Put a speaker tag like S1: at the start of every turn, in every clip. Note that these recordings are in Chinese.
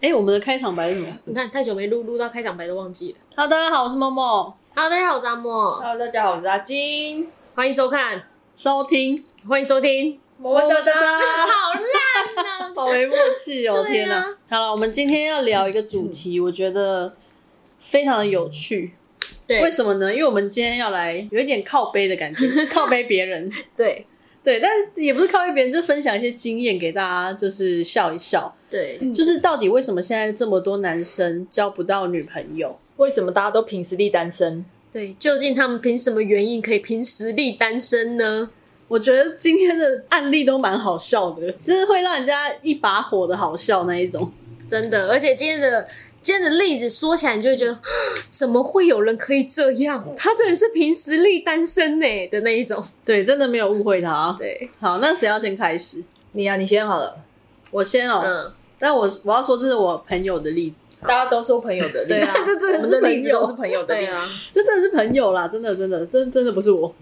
S1: 哎、我们的开场白是什么？
S2: 你看太久没录，录到开场白都忘记了。
S1: 好，大家好，我是默默，
S2: Hello，大家好，我是阿莫，
S3: Hello，大家好，我是阿金。
S2: 欢迎收看，
S1: 收听。
S2: 欢迎收听。
S3: 我
S1: 哒 哒
S2: 好 烂
S1: 好
S2: 呐！
S1: 没默契哦，
S2: 对啊
S1: 天哪！啊好了，我们今天要聊一个主
S3: 嗯
S1: 题，我觉得非常的有趣。
S2: 对
S1: 为什么呢？因为我们今天要来有一点靠背的感 觉，靠背别人。
S2: 对
S1: 对，但也不是靠背别人，就分享一些经验给大家，就是笑一笑。
S2: 对，
S1: 就是到底为什么现在这么多男生交不到女朋友？
S3: 为什么大家都凭实力单身？
S2: 对，究竟他们凭什么原因可以凭实力单身呢？
S1: 我觉得今天的案例都蛮好笑的，就是会让人家一把火的好笑那一种。
S2: 真的，而且今天的今天的例子说起来，你就会觉得啊 怎么会有人可以这样？他真的是凭实力单身呢的那一种。
S1: 对，真的没有误会他啊。
S2: 对，
S1: 好，那谁要先开始？
S3: 你啊，你先好了。
S1: 我先哦、
S2: 嗯，
S1: 但我我要说这是我朋友的例子，
S3: 大家都说朋友的例子，
S2: 对啊
S1: 这真的
S3: 我们
S1: 是
S3: 这
S1: 朋
S3: 辈子都是
S1: 友，
S3: 朋友的
S2: 对
S3: 例子。
S2: 啊，
S1: 这真的是朋友啦，真的真的真真的不是我。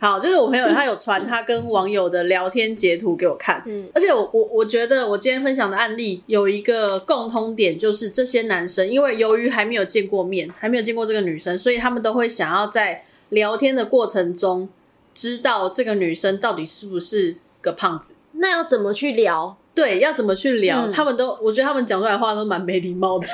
S1: 好，就是我朋友他有传他跟网友的聊天截图给我看，
S2: 嗯，
S1: 而且我我我觉得我今天分享的案例有一个共通点，就是这些男生因为由于还没有见过面，还没有见过这个女生，所以他们都会想要在聊天的过程中知道这个女生到底是不是个胖子。
S2: 那要怎么去聊？
S1: 对，要怎么去聊？
S2: 嗯
S1: 他们都，我觉得他们讲出来的话都蛮没礼貌的。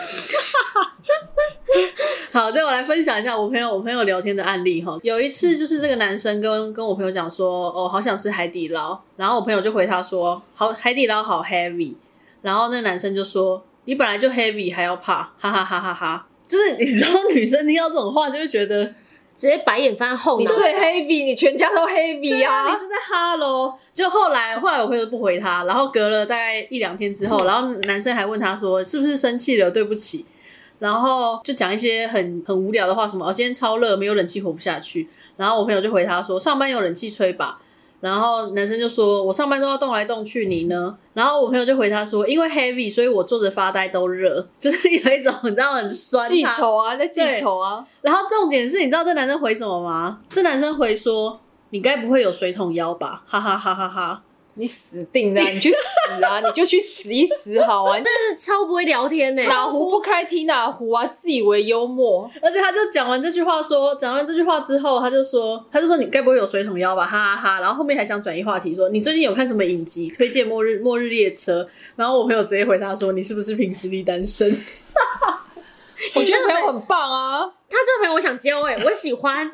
S1: 好，对我来分享一下我朋友我朋友聊天的案例哈。有一次就是这个男生跟跟我朋友讲说，哦，好想吃海底捞，然后我朋友就回他说，好，海底捞好 heavy，然后那个男生就说，你本来就 heavy 还要怕，哈哈哈哈哈。就是你知道，女生听到这种话就会觉得，
S2: 直接白眼翻后
S3: 你
S2: 脑勺。
S3: 最 heavy，你全家都 heavy
S1: 啊，你
S3: 呀、
S1: 是在哈喽？就后来后来我朋友就不回他，然后隔了大概一两天之
S3: 嗯
S1: 后，然后男生还问他说是不是生气了，对不起，然后就讲一些很很无聊的话，什么哦今天超热，没有冷气活不下去。然后我朋友就回他说上班有冷气吹吧。然后男生就说：“我上班都要动来动去，你
S3: 嗯
S1: 呢？”然后我朋友就回他说：“因为 heavy，所以我坐着发呆都热， 就是有一种你知道很酸他
S3: 记仇啊，在记仇啊。
S1: 然后重点是，你知道这男生回什么吗？这男生回说：“你该不会有水桶腰吧？”哈哈哈哈哈！
S3: 你死定了，你去死啊！ 你就去死一死好啊！你
S2: 真的超不会聊天呢、
S3: 哪壶不开提哪壶啊，自以为幽默。
S1: 而且他就讲完这句话说，讲完这句话之后，他就说，他就说你该不会有水桶腰吧？哈哈哈！然后后面还想转移话题说，你最近有看什么影集？推荐《末日末日列车》。然后我朋友直接回他说，你是不是凭实力单身？
S3: 我觉得朋友很棒啊，
S2: 他这个朋友我想交哎、我喜欢。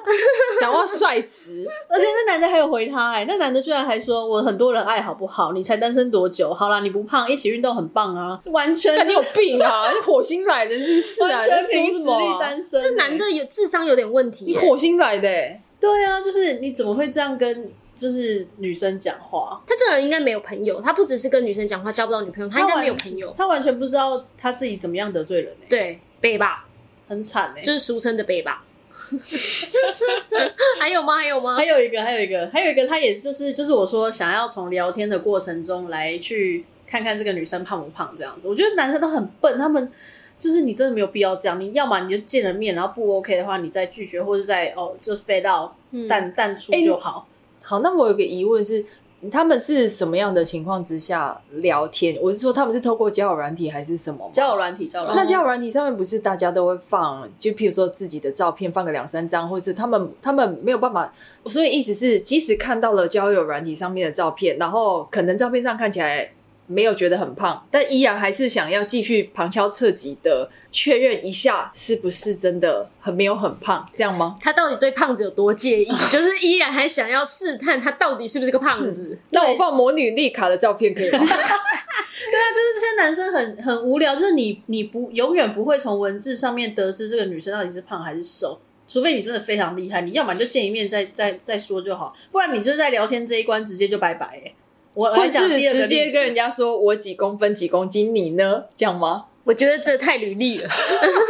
S3: 讲话率直。
S1: 而且那男的还有回他、哎，那男的居然还说我很多人爱好不好？你才单身多久？好啦，你不胖，一起运动很棒啊！这完全
S3: 那你有病啊！你火星来的是不是 啊？
S1: 完
S3: 你在
S1: 全凭
S3: 说
S1: 实
S3: 什么啊
S1: 力单身、
S2: 这男
S1: 哎
S2: 的有智商有点问题、
S3: 你
S2: 欸，
S3: 火星来的、欸，
S1: 对啊，就是你怎么会这样跟就是女生讲话？
S2: 他这个人应该没有朋友，他不只是跟女生讲话交不到女朋友，他应该没有朋友。
S1: 他完全不知道他自己怎么样得罪人呢、
S2: 对，北吧，
S1: 很惨欸呢、
S2: 就是俗称的北 吧。还有吗？还有吗
S1: 还？有一个，还有一个，还有一个，他也是就是就是我说想要从聊天的过程中来去看看这个女生胖不胖这样子。我觉得男生都很笨，他们就是你真的没有必要这样。你要么你就见了面，然后不 OK 的话，你再拒绝或者再哦就飞到
S2: 嗯
S1: 淡、淡出
S3: 哎
S1: 就好。
S3: 好，那我有个疑问是，他们是什么样的情况之下聊天？我是说，他们是透过交友软体还是什么吗？
S1: 交友软体，交友软体
S3: 那交友软体上面不是大家都会放，就譬如说自己的照片放个两三张，或是他们他们没有办法，所以意思是，即使看到了交友软体上面的照片，然后可能照片上看起来没有觉得很胖，但依然还是想要继续旁敲侧击的确认一下是不是真的很没有很胖，这样吗？
S2: 他到底对胖子有多介意？ 就是依然还想要试探他到底是不是个胖子。
S1: 嗯
S3: 那我放魔女丽卡的照片可以吗？
S1: 对啊，就是这些男生很很无聊，就是你你不永远不会从文字上面得知这个女生到底是胖还是瘦，除非你真的非常厉害，你要么你就见一面再再再说就好，不然你就是在聊天这一关直接就拜拜、欸。我
S3: 或
S1: 来
S3: 者
S1: 讲
S3: 是
S1: 第二个
S3: 直接
S1: 例
S3: 跟人
S1: 子
S3: 家说我几公分几公斤，你呢？这样吗？
S2: 我觉得这太履历了，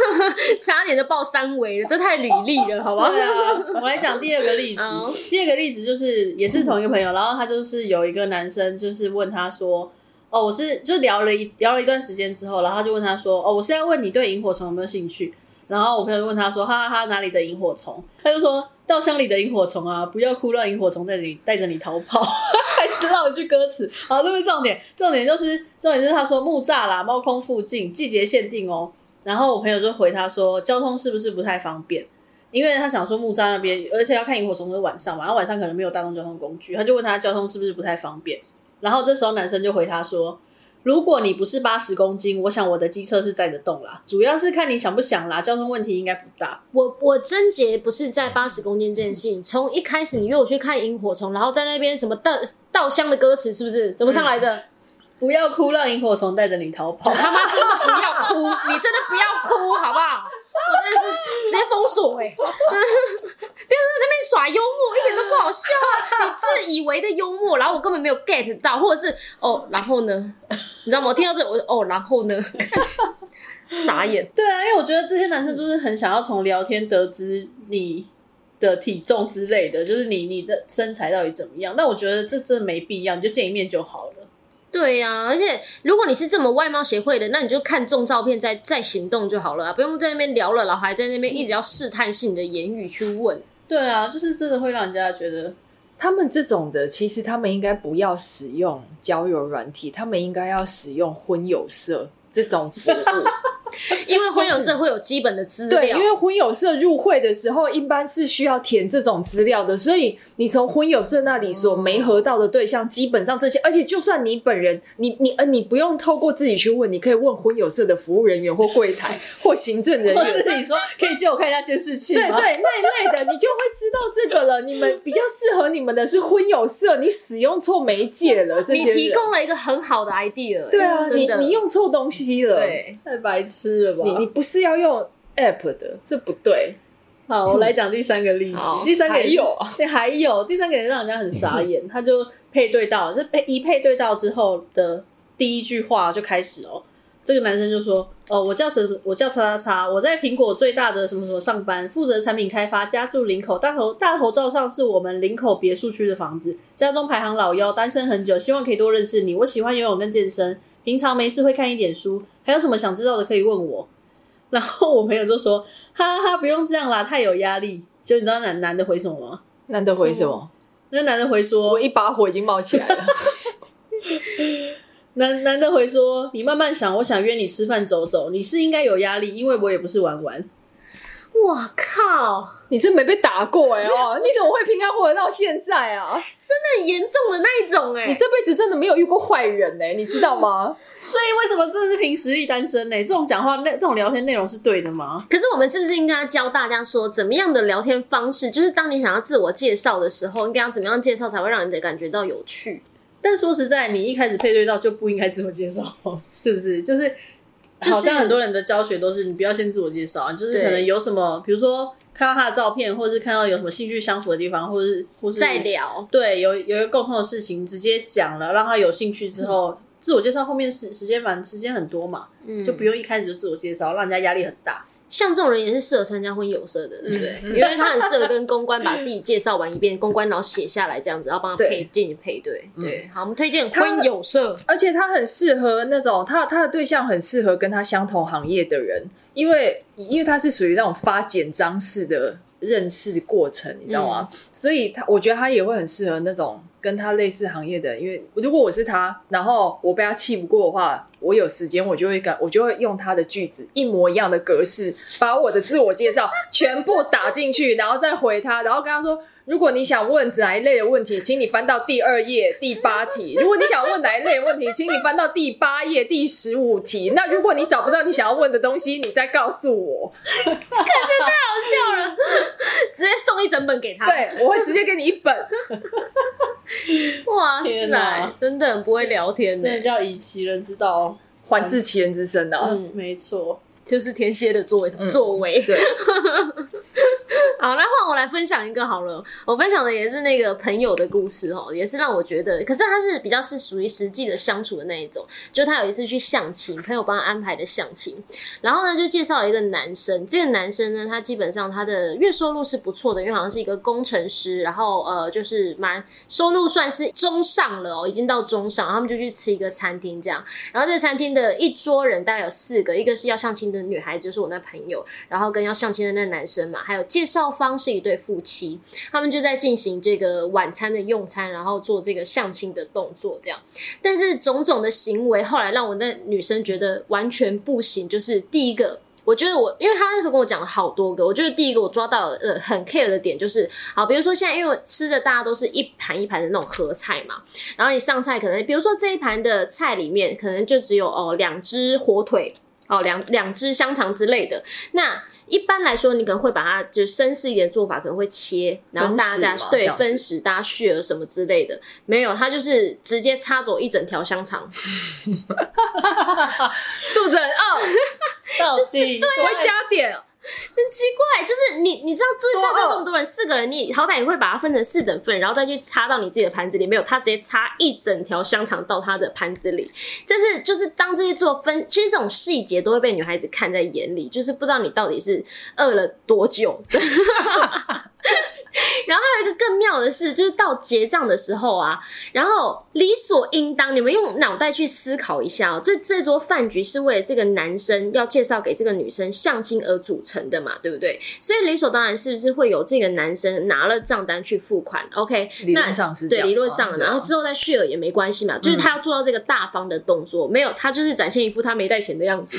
S2: 差点就报三围了，这太履历了，好不好？
S1: 对啊， 我来讲第二个例子
S2: 好。
S1: 第二个例子就是也是同一个朋友，然后他就是有一个男生，就是问他说：“哦，我是就聊了一聊了一段时间之后，然后他就问他说：哦，我是要问你对萤火虫有没有兴趣？”然后我朋友就问他说：“哈哈哈，哪里的萤火虫？”他就说：“稻香里的萤火虫啊，不要哭，让萤火虫带着你带着你逃跑， 还绕一句歌词。好，这不是重点，重点就是重点就是他说木栅啦，猫空附近季节限定哦。然后我朋友就回他说，交通是不是不太方便？因为他想说木栅那边，而且要看萤火虫的晚上嘛，然后晚上可能没有大众交通工具，他就问他交通是不是不太方便。然后这时候男生就回他说：“如果你不是八十公斤，我想我的机车是载得动啦，主要是看你想不想啦，交通问题应该不大。
S2: 我我症结不是在八十公斤这件事情，从一开始你约我去看萤火虫，然后在那边什么稻稻香的歌词是不是？怎么唱来着？
S1: 不要哭，让萤火虫带着你逃跑。
S2: 他妈真的不要哭，你真的不要哭好不好？我真的是直接封锁哎、欸！ 不要在那边耍幽默，一点都不好笑、啊，你自以为的幽默，然后我根本没有 get 到，或者是哦，然后呢？你知道吗？我听到这我就哦，然后呢？ 傻眼。
S1: 对啊，因为我觉得这些男生就是很想要从聊天得知你的体重之类的，就是你你的身材到底怎么样。但我觉得这真的没必要，你就见一面就好了。
S2: 对呀、而且如果你是这么外貌协会的，那你就看中照片再再行动就好了、啊，不用在那边聊了，然后还在那边一直要试探性的言语去问。
S1: 对啊，就是真的会让人家觉得
S3: 他们这种的，其实他们应该不要使用交友软体，他们应该要使用婚友社这种服务。
S2: 因为婚友社会有基本的资料，
S3: 对，啊因为婚友社入会的时候，一般是需要填这种资料的，所以你从婚友社那里所没合到的对象，基本上这些，而且就算你本人，你你呃，你不用透过自己去问，你可以问婚友社的服务人员或柜台或行政人
S1: 或
S3: 员。
S1: 是你说可以借我看一下监视器
S3: 对对，
S1: 吗？
S3: 那一类的，你就会知道这个了。你们比较适合你们的是婚友社，你使用错媒介了。这些
S2: 你
S3: 人
S2: 提供了一个很好的 idea、欸。
S3: 对啊，
S2: 真
S3: 你
S2: 的
S3: 你用错东西了。
S2: 对，
S1: 太白痴了吧！
S3: 你你不是要用 app 的，这不对。
S1: 好，我来讲第三个例子
S2: 好。
S1: 第三个也是
S3: 还有啊，
S1: 对，还有第三个也让人家很傻眼。他就配对到，这配一配对到之后的第一句话就开始哦，这个男生就说：“哦，我叫什么？我叫叉叉叉，我在苹果最大的什么什么上班，负责产品开发，家住林口，大头大头照上是我们林口别墅区的房子，家中排行老幺，单身很久，希望可以多认识你。我喜欢游泳跟健身，平常没事会看一点书，还有什么想知道的可以问我。”然后我朋友就说：“哈哈，不用这样啦，太有压力。就你知道男男的回什么吗？
S3: 难得回
S2: 什
S3: 什
S2: 么
S3: 么？
S1: 那男的回说
S3: 我，一把火已经冒起来了。
S1: 男男的回说，你慢慢想，我想约你吃饭走走。你是应该有压力，因为我也不是玩玩。
S2: 我靠，
S3: 你真没被打过哎、哦！你怎么会平安活得到现在 啊？
S2: 真的很严重的那一种哎、
S3: 你这辈子真的没有遇过坏人哎、你知道吗？
S1: 所以为什么真的是凭实力单身呢？这种讲话内这种聊天内容是对的吗？
S2: 可是我们是不是应该教大家说，怎么样的聊天方式，就是当你想要自我介绍的时候，应该要怎么样介绍才会让人感觉到有趣？
S1: 但说实在，你一开始配对到就不应该自我介绍， 是不是？就是，
S2: 是
S1: 好像很多人的教学都是你不要先自我介绍，就是
S2: 对
S1: 可能有什么，比如说看到他的照片，或是看到有什么兴趣相符的地方，或是或是
S2: 再聊，
S1: 对，有有一个共同的事情，直接讲了，让他有兴趣之后，自我介绍后面时时间蛮时间很多嘛，
S2: 嗯，
S1: 就不用一开始就自我介绍，让人家压力很大。
S2: 像这种人也是适合参加婚友社的，对不对？因为他很适合跟公关把自己介绍完一遍，公关然后写下来这样子，然后帮他
S3: 对
S2: 配进行配对。对，好，我们推荐婚友社，
S3: 而且他很适合那种他他的对象很适合跟他相同行业的人，因为因为他是属于那种发简章式的认识过程，你知道吗？所以他我觉得他也会很适合那种跟他类似行业的人，因为如果我是他，然后我被他气不过的话。我有时间，我就会感，我就会用他的句子一模一样的格式，把我的自我介绍全部打进去，然后再回他，然后跟他说：如果你想问哪一类的问题，请你翻到第二页第八题；如果你想问哪一类的问题，请你翻到第八页第十五题。那如果你找不到你想要问的东西，你再告诉我。
S2: 直接送一整本给他。，
S3: 对，我会直接给你一本。
S2: 哇
S1: 天哪
S2: 塞，真的很不会聊天呢
S1: 真，的叫以其人之道，
S3: 还治其人之身 啊！
S1: 嗯，没错。
S2: 就是天蝎的作为作为。
S3: 对，
S2: 好，那换我来分享一个好了。我分享的也是那个朋友的故事哦，也是让我觉得，可是他是比较是属于实际的相处的那一种。就他有一次去相亲，朋友帮他安排的相亲，然后呢就介绍了一个男生。这个男生呢，他基本上他的月收入是不错的，因为好像是一个工程师，然后呃就是蛮收入算是中上了哦，已经到中上。然后他们就去吃一个餐厅这样，然后这个餐厅的一桌人大概有四个，一个是要相亲的是女孩子，就是我那朋友，然后跟要相亲的那个男生嘛，还有介绍方是一对夫妻，他们就在进行这个晚餐的用餐，然后做这个相亲的动作，这样。但是种种的行为，后来让我那女生觉得完全不行。就是第一个，我觉得我，因为她那时候跟我讲了好多个，我觉得第一个我抓到了呃很 care 的点就是，好，比如说现在因为我吃的大家都是一盘一盘的那种合菜嘛，然后你上菜可能，比如说这一盘的菜里面可能就只有哦两只火腿。哦，两两只香肠之类的。那一般来说，你可能会把它就绅士一点做法，可能会切，然后大家
S3: 分食嘛这
S2: 对
S3: 样子
S2: 分食，大家 share 什么之类的。没有，他就是直接插走一整条香肠，
S3: 肚子很饿，
S1: 到底
S2: 啊
S1: 啊
S3: 我会加点。啊
S2: 很奇怪。就是你你知道，这
S3: 多饿
S2: 这这么多人，四个人，你好歹也会把它分成四等份，然后再去插到你自己的盘子里。没有，他直接插一整条香肠到他的盘子里。这是就是当这些做分，其实这种细节都会被女孩子看在眼里，就是不知道你到底是饿了多久。然后还有一个更妙的是，就是到结账的时候啊，然后理所应当，你们用脑袋去思考一下哦，这这桌饭局是为了这个男生要介绍给这个女生相亲而组成的嘛，对不对？所以理所当然是不是会有这个男生拿了账单去付款？OK，
S3: 理
S2: 那
S3: 论上是这
S2: 对
S3: 样
S2: 理论
S3: 啊
S2: 上，
S3: 对啊嗯
S2: 然后之后再续了也没关系嘛，就是他要做到这个大方的动作，没有他就是展现一副他没带钱的样子。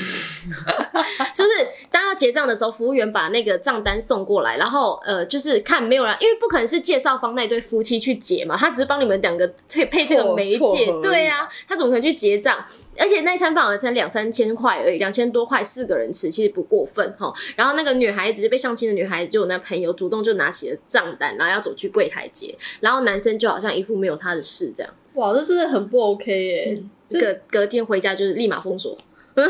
S2: 就是当要结账的时候，服务员把那个账单送过来，然后呃，就是看没有人，因为不可能是介绍方那对夫妻去结嘛，他只是帮你们两个配配这个
S3: 撮
S2: 媒
S3: 撮
S2: 介
S3: 合而，已
S2: 对啊，他怎么可能去结账？而且那一餐饭好像才两三千块而已，两千多块四个人吃，其实不过分哈。然后那个女孩子就被相亲的女孩子，就我那朋友主动就拿起了账单，然后要走去柜台结，然后男生就好像一副没有他的事这样，
S1: 哇，这真的很不 OK 耶、
S2: 嗯隔隔天回家就是立马封锁。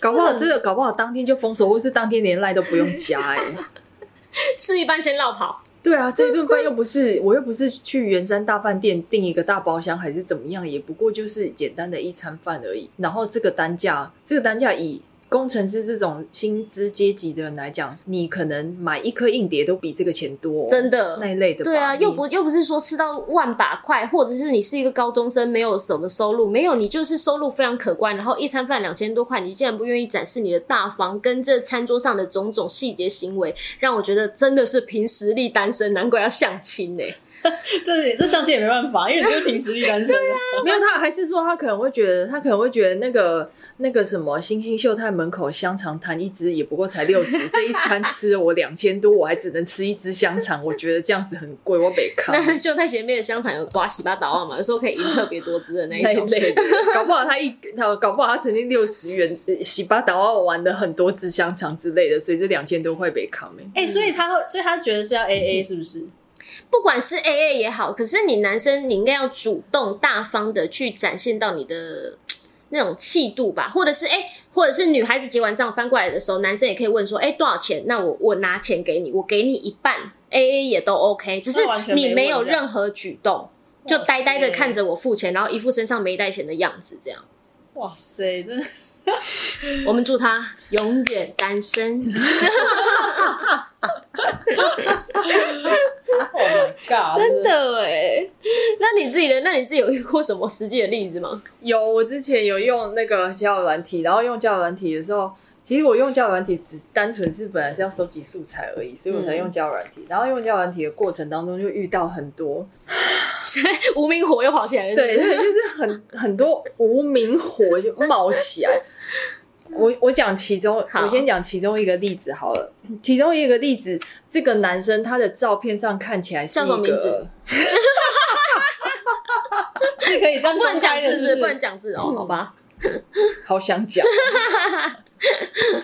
S3: 搞不好这个搞不好当天就封锁，或是当天连赖都不用加哎、
S2: 吃一半先绕跑，
S3: 对啊，这一顿饭又不是，我又不是去圆山大饭店订一个大包厢还是怎么样，也不过就是简单的一餐饭而已。然后这个单价，这个单价以工程师这种薪资阶级的人来讲，你可能买一颗硬碟都比这个钱多、
S2: 真的
S3: 那一类的吧。
S2: 对啊，
S3: 你
S2: 又不又不是说吃到万把块，或者是你是一个高中生，没有什么收入，没有你就是收入非常可观，然后一餐饭两千多块，你竟然不愿意展示你的大方，跟这餐桌上的种种细节行为，让我觉得真的是凭实力单身，难怪要相亲 呢、
S1: 这也这相亲也没办法，因为你就是凭实力单身啊。
S3: 没有他，还是说他可能会觉得，他可能会觉得那个那个什么星星秀泰门口香肠摊一只也不过才六十， 这一餐吃了我两千多，我还只能吃一只香肠，我觉得这样子很贵，我 北康。
S2: 那秀泰前面的香肠有刮洗八倒啊嘛，有时候可以赢特别多汁的那
S3: 那
S2: 一
S3: 一
S2: 种。
S3: 类的，搞不好他一他搞不好他曾经六十元呃洗八达奥玩了很多只香肠之类的，所以这两千多块北康哎、
S1: 哎、所以他会，所以他觉得是要 AA 是不是？
S2: 不管是 A A 也好，可是你男生你应该要主动大方的去展现到你的那种气度吧，或者是哎、或者是女孩子结完账翻过来的时候，男生也可以问说，哎、多少钱？那我我拿钱给你，我给你一半，A A 也都 OK，只是
S1: 那完全没
S2: 你
S1: 问
S2: 没有
S1: 这样
S2: 任何举动，就
S1: 哇
S2: 呆呆的
S1: 塞
S2: 看着我付钱，然后一副身上没带钱的样子，这样。
S1: 哇塞，真的
S2: 我们祝他永远 单身。
S1: ，Oh my god，
S2: 真的哎、那你自己的，那你自己有遇过什么实际的例子吗？
S3: 有我之前有用那个交友软体，然后用交友软体的时候，其实我用交友软体只单纯是本来是要收集素材而已，所以
S2: 嗯
S3: 我才用交友软体。然后用交友软体的过程当中就遇到很多，
S2: 无名火又跑起来了是不
S3: 对
S2: 是，
S3: 对，就是很很多无名火就冒起来。我我讲其中，
S2: 好
S3: 我先讲其中一个例子好了。其中一个例子，这个男生他的照片上看起来是
S2: 叫
S3: 一
S2: 什么名
S3: 个
S2: 字，
S1: 是可以这样
S2: 啊不能讲
S1: 公开的
S2: 字，
S1: 是
S2: 是不能讲字
S3: 嗯
S2: 哦，好吧。
S3: 好想讲，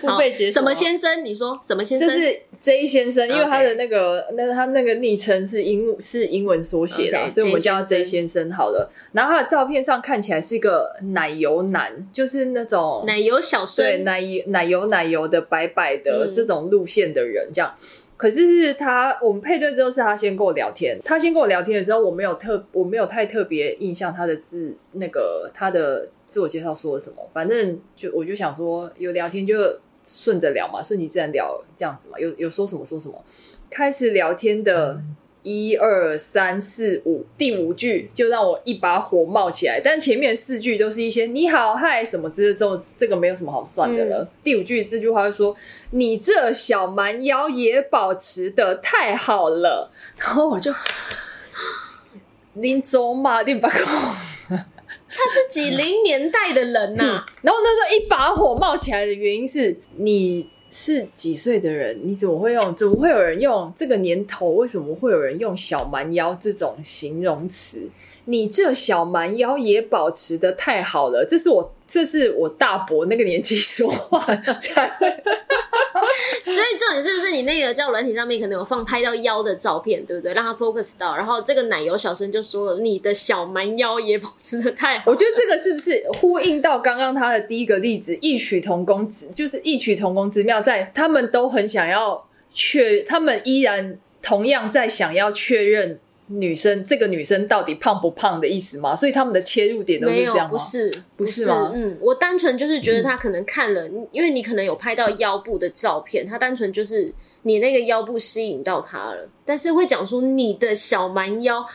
S1: 付费解锁
S2: 什么先生？你说什么先生？
S3: 就是 J 先生，因为
S2: OK
S3: 他的那个那他那个昵称是英是英文缩写的
S2: OK，
S3: 所以我们
S2: J
S3: 叫他 J
S2: 先生
S3: 先生好了。然后他的照片上看起来是一个奶油男，就是那种
S2: 奶油小
S3: 对
S2: 生，
S3: 奶油奶油奶油的白白的
S2: 嗯
S3: 这种路线的人这样。可是是他，我们配对之后是他先跟我聊天，他先跟我聊天的时候，我没有特我没有太特别印象他的自那个他的自我介绍说了什么，反正就我就想说有聊天就顺着聊嘛，顺其自然聊这样子嘛，有有说什么说什么。开始聊天的一一二三四五，第五句就让我一把火冒起来。但前面四句都是一些你好嗨什么之类的，这种这个没有什么好算的了。第五句这句话就说你这小蛮腰也保持的太好了，然后我就。林走马丁把口，
S2: 他是几零年代的人呐、
S3: 然后那时候一把火冒起来的原因是，你是几岁的人？你怎么会用？怎么会有人用这个年头？为什么会有人用小蛮腰这种形容词？你这小蛮腰也保持的太好了，这是我，这是我大伯那个年纪说话 才会。
S2: 所以重点是不是你那个叫软体上面可能有放拍到腰的照片，对不对？让他 focus 到，然后这个奶油小生就说了，你的小蛮腰也保持的太好。
S3: 我觉得这个是不是呼应到刚刚他的第一个例子，异曲同工之，就是异曲同工之妙，在他们都很想要确，他们依然同样在想要确认女生这个女生到底胖不胖的意思吗？所以他们的切入 点都是
S2: 没
S3: 这
S2: 有，
S3: 样吗
S2: 不？是，
S3: 不是
S2: 是
S3: 吗嗯
S2: 嗯，我单纯就是觉得他可能看了，因为你可能有拍到腰部的照片，他单纯就是你那个腰部吸引到他了，但是会讲出你的小蛮腰，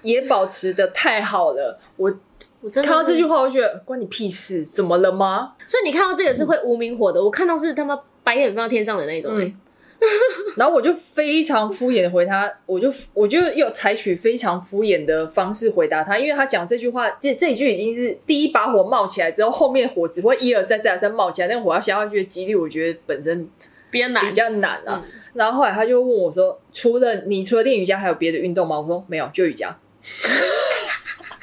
S3: 也保持的太好了。我
S2: 我真的
S3: 看到
S2: 是
S3: 这句，话，我觉得关你屁事，怎么了吗？
S2: 所以你看到这个是会无名火的，我看到是他妈白眼放到天上的那种、欸，
S3: 嗯，然后我就非常敷衍的回他，我就我就又采取非常敷衍的方式回答他，因为他讲这句话，这这一句已经是第一把火冒起来之后，后面火只会一而再再而三冒起来，那个火要消下去的几率，我觉得本身
S2: 别难
S3: 比较难啊。然后后来他就问我说：“除了你除了练瑜伽，还有别的运动吗？”我说：“没有，就瑜伽。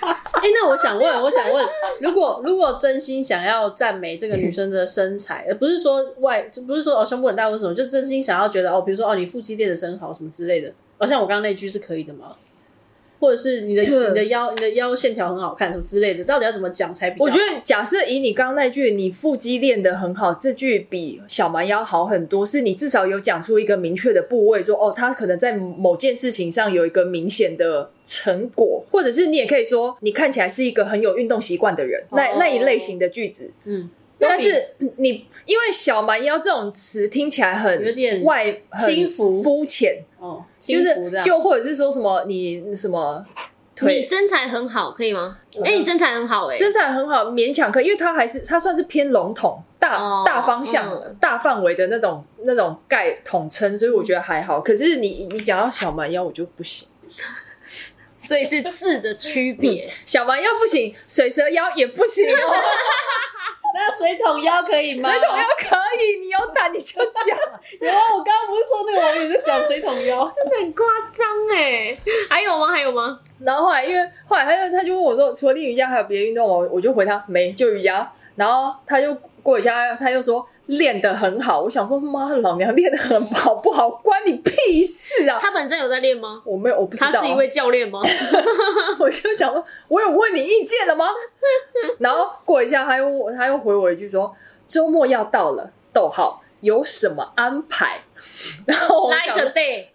S1: 哎、那我想问，我想问，如果如果真心想要赞美这个女生的身材，呃而不是说外，就不是说哦胸部很大或者什么，就真心想要觉得哦，比如说哦你腹肌练的真好什么之类的，哦像我刚刚那句是可以的吗？或者是你的你的腰你的腰线条很好看什么之类的，到底要怎么讲才比”较？
S3: 我觉得假设以你刚刚那句“你腹肌练得很好”这句比小蛮腰好很多，是你至少有讲出一个明确的部位，说哦，他可能在某件事情上有一个明显的成果，或者是你也可以说你看起来是一个很有运动习惯的人，那
S1: 哦
S3: 那一类型的句子。
S1: 嗯，
S3: 但是你因为小蛮腰这种词听起来很
S1: 有点
S3: 外很
S1: 轻浮
S3: 肤浅，
S1: 哦，
S3: 就
S1: 轻浮这
S3: 是
S1: 样，
S3: 就或者是说什么你什么
S2: 你
S3: 腿
S2: 身材很好，可以吗？哎、你身材很好、欸，哎，
S3: 身材很好，勉强可以，因为它还是它算是偏笼统、大、
S2: 哦
S3: 大方向、
S2: 嗯
S3: 大范围的那种那种概统称，所以我觉得还
S2: 嗯
S3: 好。可是你你讲到小蛮腰，我就不行，
S2: 所以是字的区别。
S3: 小蛮腰不行，水蛇腰也不行 哦，
S1: 那水桶腰可以吗？
S3: 水桶腰可以，你有胆你就讲。
S1: 有啊，我刚刚不是说那个网友在讲水桶腰，
S2: 真的很夸张
S3: 欸
S2: 哎！还有吗？还有吗？
S3: 然后后来因为后来他就他就问我说，除了练瑜伽还有别的运动吗？我我就回他没，就瑜伽。然后他就过一下，他又说练得很好。我想说，妈，老娘练得很好不好，关你屁事啊！
S2: 他本身有在练吗？
S3: 我没有，我不知道
S2: 他
S3: 啊。
S2: 是一位教练吗？
S3: 我就想说，我有问你意见了吗？ 然后过一下，他又问我他又回我一句说，周末要到了，逗号有什么安排？ 然后 我
S2: Light
S3: 想说
S2: day，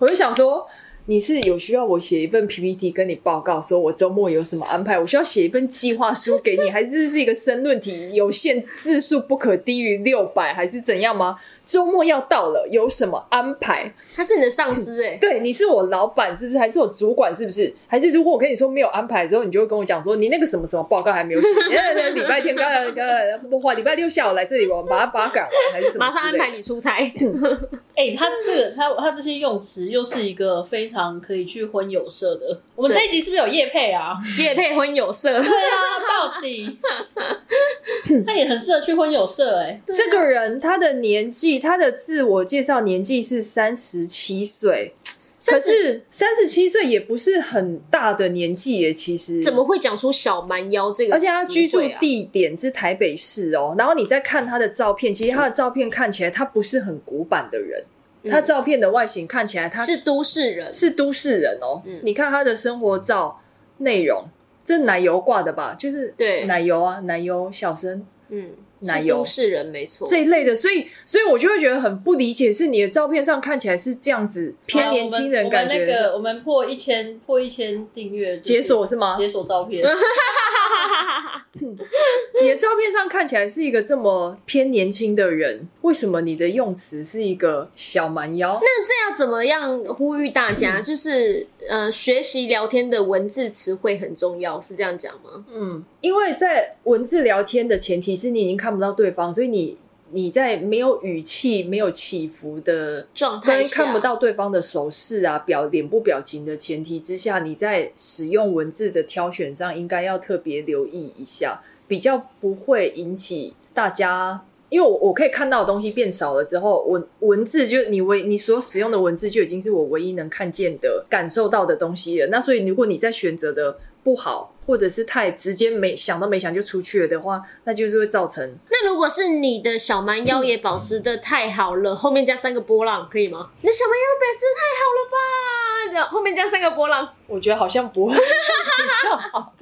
S3: 我就想说，你是有需要我写一份 PPT 跟你报告，说我周末有什么安排？我需要写一份计划书给你，还是是一个申论题，有限字数不可低于六百，还是怎样吗？周末要到了，有什么安排？
S2: 他是你的上司哎、
S3: 对，你是我老板是不是？还是我主管是不是？还是如果我跟你说没有安排之后，你就会跟我讲说你那个什么什么报告还没有写， 那那礼拜天刚才刚才不花，礼拜六下午来这里，我们把它把它赶完，还是什么？
S2: 马上安排。你出差。
S3: 嗯
S1: 哎、他这个他他这些用词又是一个非常可以去婚友社的。我们
S2: 对
S1: 这一集是不是有叶配啊？
S2: 夜配婚友社，
S1: 对啊，到 底他也很适合去婚友社哎、
S3: 这个人他的年纪，他的自我介绍年纪是三十七岁，可是三十七岁也不是很大的年纪耶，其实
S2: 怎么会讲出小蛮腰这个、啊
S3: 而且他居住，
S1: 啊
S3: 地点是台北市哦，然后你再看他的照片，其实他的照片看起来他不是很古板的人，
S1: 嗯
S3: 他照片的外形看起来他
S2: 是都市人，
S3: 是都市人哦。
S2: 嗯
S3: 你看他的生活照内容，这奶油挂的吧？就是
S2: 对
S3: 奶油啊，奶油小生
S2: 嗯，
S3: 奶
S2: 是
S3: 油
S2: 都市人没错。
S3: 这一类的，所以所以我就会觉得很不理解，是你的照片上看起来是这样子偏年轻人感
S1: 我们
S3: 觉
S1: 那个我们破一千破一千订阅就是
S3: 解锁是吗？
S1: 解锁照片，
S3: 你的照片上看起来是一个这么偏年轻的人，为什么你的用词是一个小蛮腰？
S2: 那这要怎么样呼吁大家？
S1: 嗯
S2: 就是呃，学习聊天的文字词汇很重要，是这样讲吗？
S3: 嗯，因为在文字聊天的前提是你已经看不到对方，所以你你在没有语气、没有起伏的
S2: 状态
S3: 跟
S2: 下
S3: 看不到对方的手势啊、表脸部表情的前提之下，你在使用文字的挑选上应该要特别留意一下，比较不会引起大家。因为我我可以看到的东西变少了之后，文文字就你唯你所使用的文字就已经是我唯一能看见的、感受到的东西了。那所以如果你在选择的不好，或者是太直接没想都没想就出去了的话，那就是会造成
S2: 那如果是你的小蛮腰也保持的太好了，后面加三个波浪可以吗？你的小蛮腰保持得太好了吧？然后后面加三个 波浪，
S3: 我觉得好像不会比较好。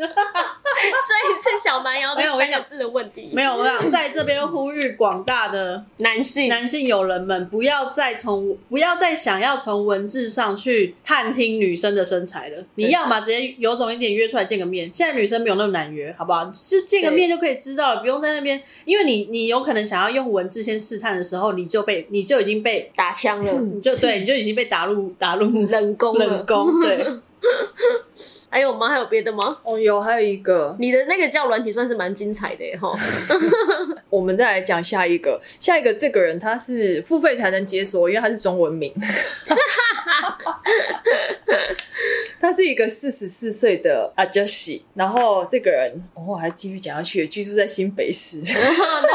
S2: 所以是小蛮腰的
S1: 没有我跟
S2: 三
S1: 你
S2: 个
S1: 讲
S2: 字的问题。
S1: 没有，我想在这边呼吁广大的
S2: 男性，
S1: 男性友人们，不要再从不要再想要从文字上去探听女生的身材了。你要嘛直接有种一点约出来见个面。现在女生没有那么难约，好不好？就见个面就可以知道了，不用在那边，因为你你有可能想要用文字先试探的时候，你就被你就已经被
S2: 打枪了，
S1: 你就对你就已经被打 入打入
S2: 冷宫
S1: 嗯冷
S2: 了。
S1: 宫，对，
S2: 还有吗？还有别的吗？
S3: 哦，有还有一个，
S2: 你的那个叫软体算是蛮精彩的耶哈。
S3: 我们再来讲下一个。下一个这个人他是付费才能解锁，因为他是中文名。 他是一个四十四岁的阿加西，然后这个人哦我、还继续讲下去，居住在新北市。
S2: 好的，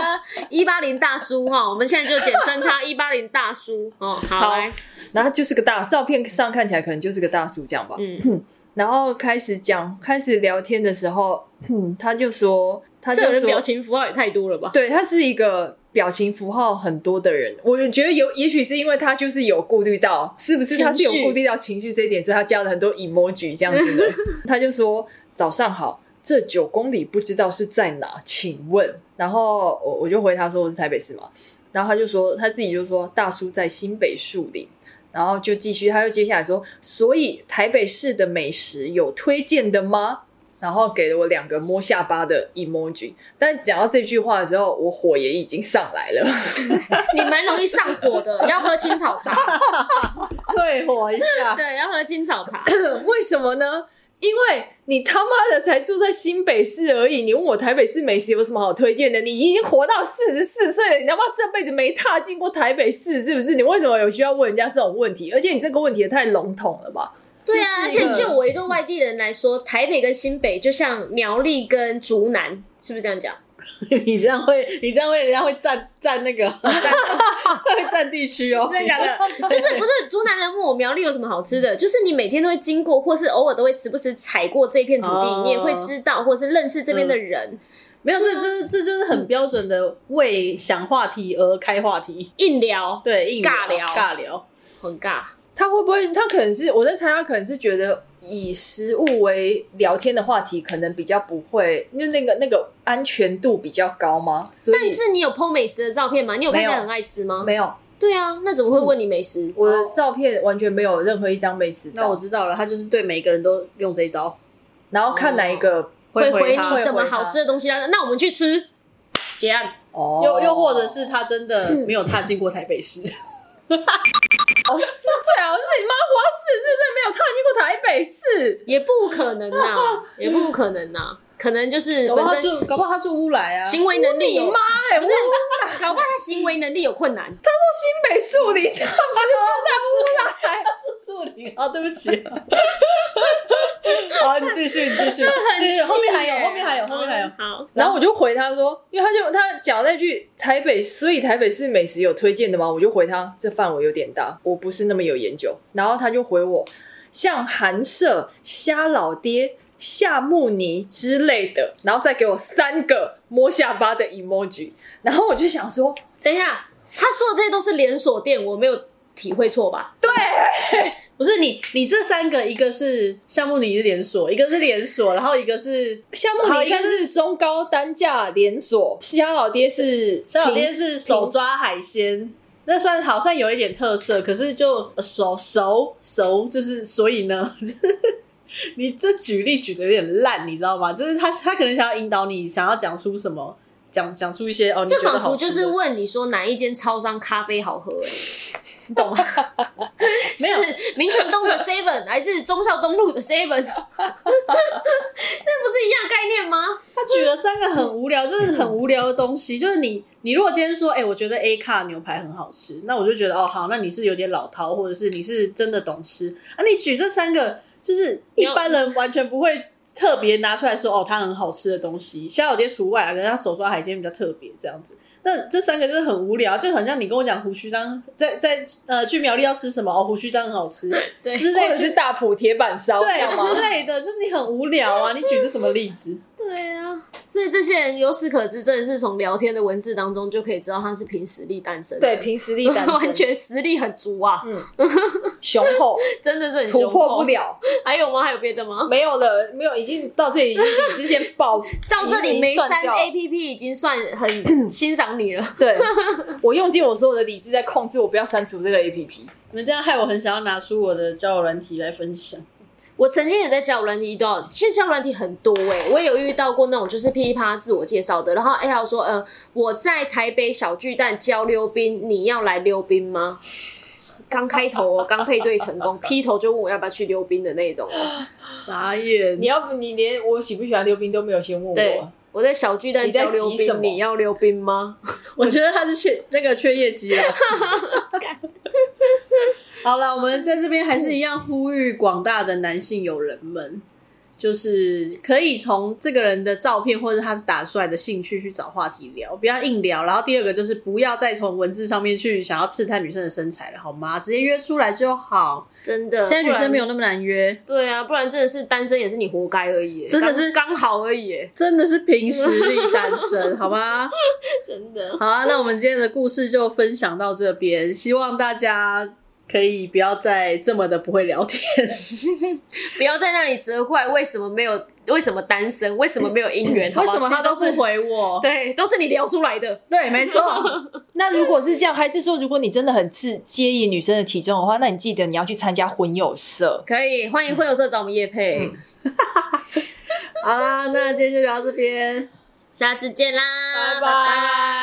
S2: 一八零大叔哈，我们现在就简称 他一八零大叔哦。好，
S3: 好
S2: 来，
S3: 然后就是个大，照片上看起来可能就是个大叔这样吧。
S2: 嗯，
S3: 然后开始讲，开始聊天的时候，哼他就说，他
S2: 这
S3: 就
S2: 个人
S3: 说
S2: 表，情符号也太多了吧？
S3: 对他是一个表情符号很多的人。我觉得有，也许是因为他就是有顾虑到，是不是他是有
S2: 情绪
S3: 顾虑到情绪这一点，所以他加了很多 emoji 这样 子的。他就说：“早上好，这九公里不知道是在哪，请问？”然后我我就回他说：“我是台北市嘛。”然后他就说他自己就说：“大叔在新北树林。”然后就继续，他又接下来说：“所以台北市的美食有推荐的吗？”然后给了我两个摸下巴的 emoji。但讲到这句话的时候，我火也已经上来了。
S2: 你蛮容易上火的，要喝青草茶。
S1: 退火一下。
S2: 对，要喝青草茶。
S3: 为什么呢？因为你他妈的才住在新北市而已，你问我台北市美食有什么好推荐的？你已经活到四十四岁了，你他妈这辈子没踏进过台北市，是不是？你为什么有需要问人家这种问题？而且你这个问题也太笼统了吧？
S2: 对啊，而
S1: 这是一
S2: 且
S1: 个
S2: 就我一个外地人来说，台北跟新北就像苗栗跟竹南，是不是这样讲？
S1: 你这样会，你这样会，人家会占占 那个，占会占地区哦。
S2: 真的假的？就是不是竹南人问我苗栗有什么好吃
S1: 嗯
S2: 的？就是你每天都会经过，或是偶尔都会时不时踩过这片土地，
S1: 哦嗯
S2: 你也会知道，或是认识这边的人。
S1: 没有，这这这就是很标准的为想话题而开话题，
S2: 硬聊，
S1: 对，硬
S2: 尬聊
S1: 尬聊，
S2: 很尬。
S3: 他会不会？他可能是我在猜，他可能是觉得以食物为聊天的话题，可能比较不会，因为那个那个安全度比较高吗？所以
S2: 但是你有 PO 美食的照片吗？你有看起
S3: 没
S2: 来
S3: 有
S2: 很爱吃吗？
S3: 没有，
S2: 对啊，那怎么会问你美食？
S3: 我的照片完全没有任何一张美
S2: 啊
S3: 食
S1: 哦那我
S3: 照，
S1: 知道了，他就是对每个人都用这一招，
S3: 然后看哪一个
S2: 会
S1: 回
S2: 回
S1: 他
S2: 你什么
S3: 会回他
S2: 好吃的东西啊？那我们去吃，结案。
S3: 哦
S1: 又又或 者是他真的
S2: 嗯
S1: 没有踏进过台北市，
S3: 哦，是最好是你妈花四十岁没有踏进过台北市，
S2: 也不可能呐、也不可能呐、可能就是
S1: 搞不好他
S2: 本身
S1: 住，搞不好他住乌来啊，
S2: 行为能力
S3: 你
S2: 有，
S3: 妈哎、我
S2: 搞不好他行为能力有困难。
S3: 新北树林，他不是住在乌来，
S1: 住林啊，对不 起，好，你继续，你继 续，继续，后面还有，后面还有，后面还有，
S2: 好，
S3: 然后我就回他说，因为他就他讲那句台北，所以台北市美食有推荐的吗？我就回他这范围有点大，我不是那么有研究。然后他就回我，像韩舍、虾老爹、夏慕尼之类的，然后再给我三个摸下巴的 emoji。然后我就想说，
S2: 等一下，他说的这些都是连锁店，我没有体会错吧？
S3: 对，
S1: 不是你，你这三个，一个是项目你是连锁，一个是连锁，然后一个是
S3: 夏慕
S1: 好
S3: 尼
S1: 一个
S3: 算是中高单价连锁，虾老爹是
S1: 小小爹是手抓海鲜，那算好像有一点特色，可是就呃熟熟熟，就是所以呢， 你这举例举的有点烂，你知道吗？就是他他可能想要引导你，想要讲出什么，讲讲出一些哦，你
S2: 这
S1: 觉得
S2: 仿
S1: 好
S2: 佛
S1: 吃
S2: 就是
S1: 的
S2: 问你说哪一间超商咖啡好喝、欸， 你懂吗？
S1: 没有
S2: 是民权 东的 Seven 还是忠孝东路的 Seven？那不是一样概念吗？
S1: 他举了三个很无聊，就是很无聊的东西，就是你你如果今天说，哎、我觉得 A 卡牛排很好吃，那我就觉得哦好，那你是有点老饕，或者是你是真的懂吃啊？你举这三个，就是一般人完全不会。特别拿出来说哦，它很好吃的东西，虾饺爹除外啊，可是他手抓海鲜比较特别这样子。那这三个就是很无聊，啊就很像你跟我讲胡须章在在呃去苗栗要吃什么哦，胡须章很好吃
S2: 对
S1: 之
S3: 或
S1: 类
S3: 者
S1: 就是
S3: 大埔铁板烧，这样吗
S1: 对之类的，就是你很无聊啊，你举这什么例子？
S2: 对啊，所以这些人由此可知，真的是从聊天的文字当中就可以知道他是凭实力诞生的。
S3: 对，凭实力单身
S2: 完全实力很足啊，
S3: 雄厚，
S2: 真的是很
S3: 突
S2: 雄厚
S3: 破不。了，
S2: 还有吗？还有别的吗？
S3: 没有了，没有，已经到这里，已经你之前爆
S2: 到这里没
S3: 已经
S2: 删
S3: 断掉了
S2: A P P 已经算 很欣赏你了。
S3: 对，我用尽我所有的理智在控制我不要删除这个 A P P。
S1: 你们这样害我很想要拿出我的交友软体来分享。
S2: 我曾经也在交友软体遇到，其实交友软体很多哎、我也有遇到过那种就是噼里啪啦自我介绍的，然后哎、还有说呃我在台北小巨蛋教溜冰，你要来溜冰吗？刚开头哦，刚配对成功，劈头就问我要不要去溜冰的那种哦。
S1: 傻眼
S3: 你！要不你连我喜不喜欢溜冰都没有先问
S2: 对
S3: 我，，
S2: 我在小巨蛋
S3: 你在
S2: 教溜
S3: 急
S2: 冰，
S3: 什么
S2: 你要溜冰吗？
S1: 我觉得他是缺那个缺业绩 了。好了，我们在这边还是一样呼吁广大的男性友人们，就是可以从这个人的照片或者他打出来的兴趣去找话题聊，不要硬聊。然后第二个就是不要再从文字上面去想要刺探女生的身材了，好吗？直接约出来就好。
S2: 真的，
S1: 现在女生没
S2: 有
S1: 有那么难约，
S2: 对啊，不然真的是单身也是你活该而已欸，
S1: 真的是
S2: 刚刚好而已欸，
S1: 真的是凭实力单 身，好吗？
S2: 真的。
S1: 好啊，那我们今天的故事就分享到这边，希望大家可以不要再这么的不会聊天。
S2: 不要在那里责怪为什么没有，为什么单身，为什么没有姻 缘，好
S1: 为
S2: 不好
S1: 什么他都
S2: 其实
S1: 不回我？
S2: 对，都是你聊出来 的。
S1: 对，没 错，
S3: 那如果是这样，还是说如果你真的很介介意女生的体重的话，那你记得你要去参加婚友社。
S2: 可以，欢迎会友社找我们叶配，
S1: 好啦，那今天就聊到这边，
S2: 下次见啦，
S3: 拜拜